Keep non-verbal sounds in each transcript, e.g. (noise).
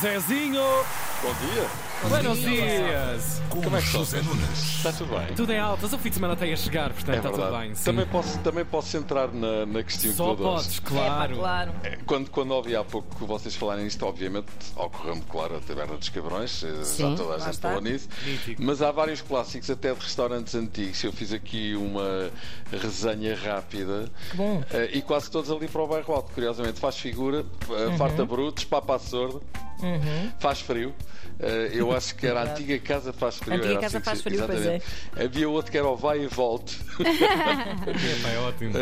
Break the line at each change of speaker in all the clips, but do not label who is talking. Zezinho.
Bom dia.
Buenos dias.
Com
Como é que
José Nunes.
Está tudo bem.
Tudo em altas. O fim de semana tem a chegar, portanto
É
está tudo bem.
verdade.
Sim.
Também posso, também posso entrar na, na questão
Só
que eu adoro.
podes,
É,
claro.
claro.
É, Quando, quando ouvi há pouco que vocês falarem isto, obviamente, ocorreu-me, claro, a Taberna dos Cabrões, eh,
Sim,
já toda a
lá
gente
está.
falou nisso.
Mítico.
Mas há vários clássicos, até de restaurantes antigos. Eu fiz aqui uma resenha rápida.
bom.
Eh, E quase todos ali para o bairro alto, curiosamente. Faz figura, eh,
Uhum.
farta brutos, papa à sorda, faz frio. Eh, Eu acho que era
(laughs)
a antiga casa faz frio.
Antiga
era assim
Casa
que
Faz
se-
Frio, pois é.
exatamente. Havia outro que era o vai e volte.
Epá, é ótimo.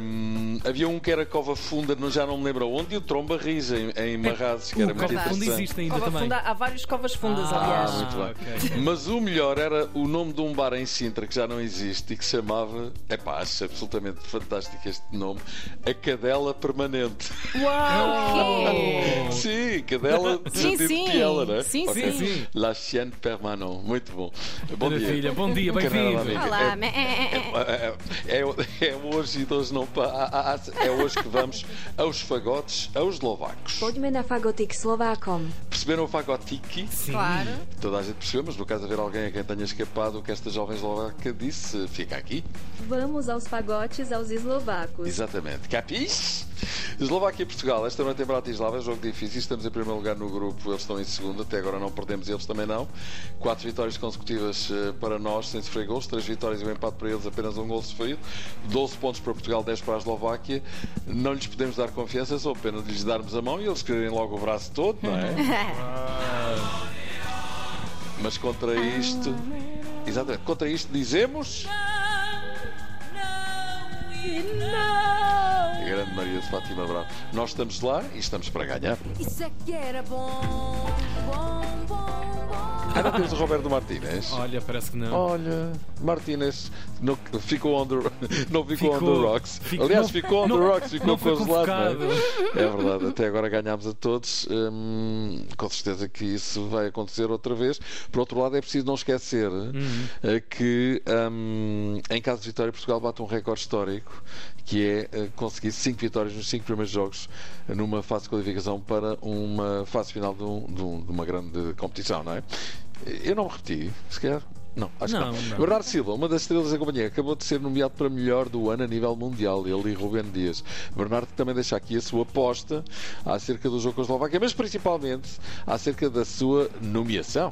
Hum, havia um que era Cova Funda, não, já não me lembro onde, e o Tromba Risa em, em Marrazes, que era
O
muito
Cova Fundo
interessante.
existe ainda
Cova
também.
funda, há vários covas fundas,
Ah,
aliás.
muito bem.
ok.
Mas o melhor era o nome de um bar em Sintra que já não existe e que se chamava, epá, acho absolutamente fantástico este nome, a Cadela Permanente.
Oh.
(laughs) Sim, Cadela de
Sim,
de
sim.
piela, não é?
Sim,
Ok.
sim. Sim.
La Chienne Permanent, muito bom. Bom
Maravilha.
dia.
Bom dia,
Canal da
bem-vindo.
Amiga.
Olá,
É-
me- é- é- é-
É, é- é hoje e de hoje não pa- a- a- a- É hoje que vamos aos fagotes, aos lovacos.
Poďme na fagotik Slovákom.
Perceberam o fagotiki?
Sim.
Claro.
Toda a gente percebeu, mas no caso haver alguém a quem tenha escapado o que esta jovem eslovaca disse, fica aqui.
Vamos aos fagotes aos eslovacos.
Exatamente. Capis? Eslováquia e Portugal. Esta noite em Bratislava é jogo difícil. Estamos em primeiro lugar no grupo, eles estão em segundo. Até agora não perdemos, eles também não. Quatro vitórias consecutivas eh, para nós, sem sofrer gols. Três vitórias e um empate para eles, apenas um gol sofrido. 12 pontos para Portugal, 10 para a Eslováquia. Não lhes podemos dar confiança, só apenas lhes darmos a mão e eles quererem logo o braço todo, não é? Mas contra isto. Exatamente. Contra isto dizemos. A grande Maria de Fátima Bravo. Nós estamos lá e estamos para ganhar.
Isso é que era bom, bom, bom, bom.
Ah, não temos o Roberto Martínez.
Oh! Olha, parece que
Oh.
não.
Olha, Martínez não, ficou on the, (laughs) não
Ficou.
ficou, on the rocks.
Ficou-
Aliás, ficou on
não-
the rocks, ficou
não foi
congelado. não é?
convocado.
É verdade, até agora ganhámos a todos. hum, com certeza que isso vai acontecer outra vez. Por outro lado, é preciso não esquecer eh, que hum, em caso de vitória, Portugal bate um recorde histórico que é eh, conseguir 5 vitórias nos 5 primeiros jogos eh, numa fase de qualificação para uma fase final de, um- de um- de uma grande competição, não é? Eu não me repeti, sequer. Não, acho
Não,
que
não.
não. Bernardo Silva, uma das estrelas da companhia, acabou de ser nomeado para melhor do ano a nível mundial, ele e Ruben Dias. Bernardo também deixa aqui a sua aposta acerca do jogo com a Eslováquia, mas principalmente acerca da sua nomeação.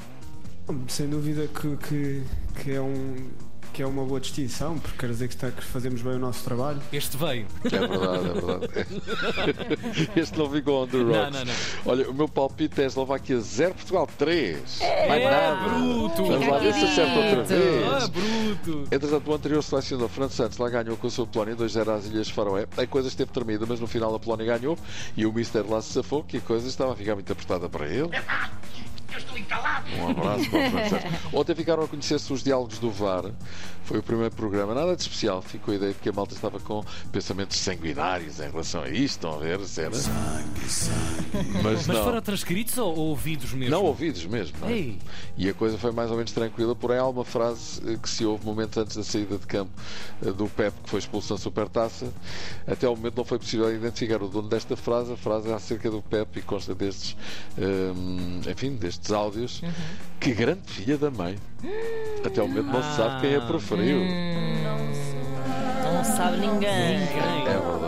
Sem dúvida que, que, que é um, que é uma boa distinção, porque quer dizer que, está, que fazemos bem o nosso trabalho.
Este veio.
É verdade, é verdade.
(laughs)
Este não ficou on the rocks.
não, não.
Olha, o meu palpite é Eslováquia 0, Portugal 3.
É, bruto.
Vamos lá ver se acerta outra
Ah,
vez.
bruto.
Entretanto, o anterior selecionador Fernando Santos lá ganhou com a sua Polónia 2-0 às Ilhas Faroé. A coisa esteve tremida, mas no final a Polónia ganhou e o Mister lá se safou que a coisa estava a ficar muito apertada para ele. Um abraço para o Fernando Santos. Ontem ficaram a conhecer-se os diálogos do VAR. Foi o primeiro programa, nada de especial. Ficou a ideia de que a malta estava com pensamentos sanguinários em relação a isto. Estão a ver, cena?
Mas
Mas
foram
não.
transcritos ou, ou ouvidos mesmo?
Não ouvidos mesmo. não é?
Ei.
E a coisa foi mais ou menos tranquila, porém há uma frase eh, que se ouve momentos antes da saída de campo eh, do Pep, que foi expulso na Supertaça. Até ao momento não foi possível identificar o dono desta frase. A frase é acerca do Pep e consta destes, hum, enfim, destes áudios.
Uhum.
Que grande filha da mãe! Até ao momento não se sabe
Ah,
quem a preferiu.
hum.
Não sabe ninguém.
É verdade.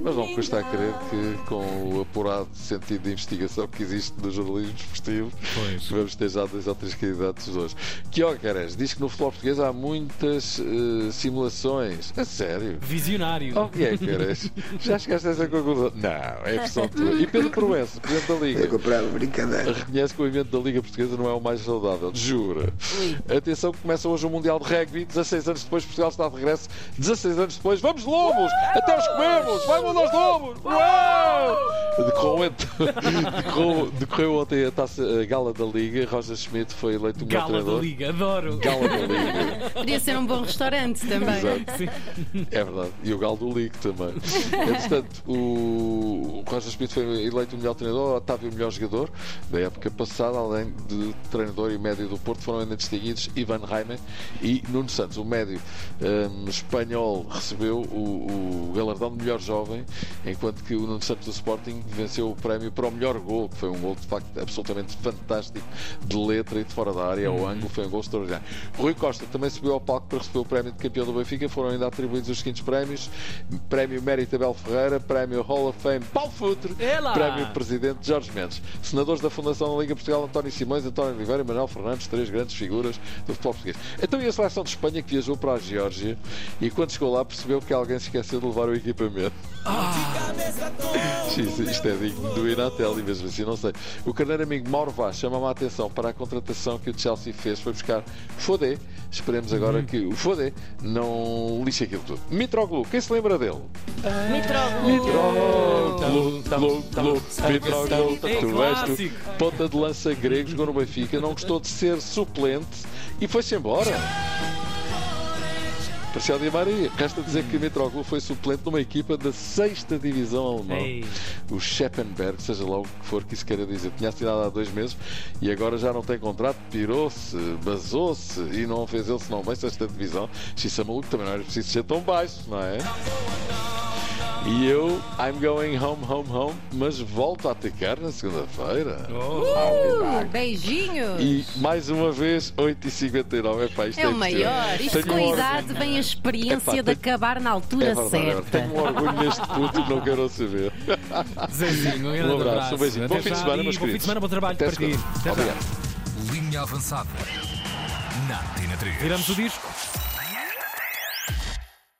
Mas não custa a crer que, com o apurado sentido de investigação que existe no jornalismo desportivo,
Pois.
vamos ter já dois ou três candidatos hoje. Quiocares diz que no futebol português há muitas eh, simulações. A sério?
Visionário.
Oh, Quiocares, já chegaste a essa conclusão? Não, é impressão tua. E Pedro Proença, Presidente da Liga.
comprava brincadeira.
Reconhece que o evento da Liga Portuguesa não é o mais saudável. Jura. Atenção que começa hoje o Mundial de Rugby. 16 anos depois, Portugal está de regresso. 16 anos depois, vamos lobos! Até os comemos! Vamos aos lobos! Uau! Decorreu, ent- (laughs) decorreu, decorreu ontem a, taça, a gala da Liga. Roger Schmidt foi eleito o melhor
Gala da
treinador.
Liga, adoro.
Gala da Liga.
Podia ser um bom restaurante também.
Exato. É verdade. E o Galo do Ligo também. Entretanto, o o Roger Schmidt foi eleito o melhor treinador, o Otávio o melhor jogador da época passada, além de treinador e médio do Porto, foram ainda distinguidos Ivan Reimann e Nuno Santos. O médio hum, espanhol recebeu o, o galardão de melhor jovem, enquanto que o Nuno Santos do Sporting venceu o prémio para o melhor gol, que foi um gol de facto absolutamente fantástico, de letra e de fora da área, ao ângulo, foi um gol extraordinário. Rui Costa também subiu ao palco para receber o prémio de campeão do Benfica, foram ainda atribuídos os seguintes prémios: Prémio Mérito Abel Ferreira, Prémio Hall of Fame Paulo Futre,
Ela!
Prémio Presidente Jorge Mendes. Senadores da Fundação da Liga Portugal, António Simões, António Oliveira e Manuel Fernandes, três grandes figuras do futebol português. Então e a seleção de Espanha que viajou para a Geórgia e quando chegou lá percebeu que alguém se esqueceu de levar o equipamento. Isto, isto é digno do Inatel e mesmo assim não sei. O carneiro amigo Mauro Vaz chama-me a atenção para a contratação que o Chelsea fez foi buscar Fodé. Esperemos agora que o Fodé não lixe aquilo tudo. Mitroglou, quem se lembra dele? Mitroglou, Glou, Glou, Mitroglou,
É
tu és tu.
clássico.
Ponta de lança grego, jogou no Benfica, não gostou de ser suplente e foi-se embora. Marcelo Di Maria. Resta dizer que Mitroglou foi suplente numa equipa da 6 Divisão Alemã
Ei.
o Scheppenberg, seja lá o que for que isso queira dizer, tinha assinado há dois meses e agora já não tem contrato, pirou-se, basou-se e não fez ele senão bem sexta divisão. Xissa maluco também não era preciso ser tão baixo, não é? E eu, I'm going home, home, home, mas volto a atacar na segunda-feira.
Oh,
Uh, beijinhos.
E mais uma vez, 8h59. Epá, isto
É
impossível.
o maior. Isto
Tenho
com
um
a
orgulho.
idade vem a experiência
Epá,
de
tem-
acabar na
É
altura
verdade,
certa.
Tenho um orgulho neste puto e não quero saber.
Zezinho, um grande
Um abraço, um beijinho.
Até
Bom fim de
já
semana,
e
meus
Bom fim
queridos.
de semana, bom trabalho
Até
para ti.
segunda.
Até já.
Obrigado.
Linha avançada. Na Antena 3.
Tiramos o disco.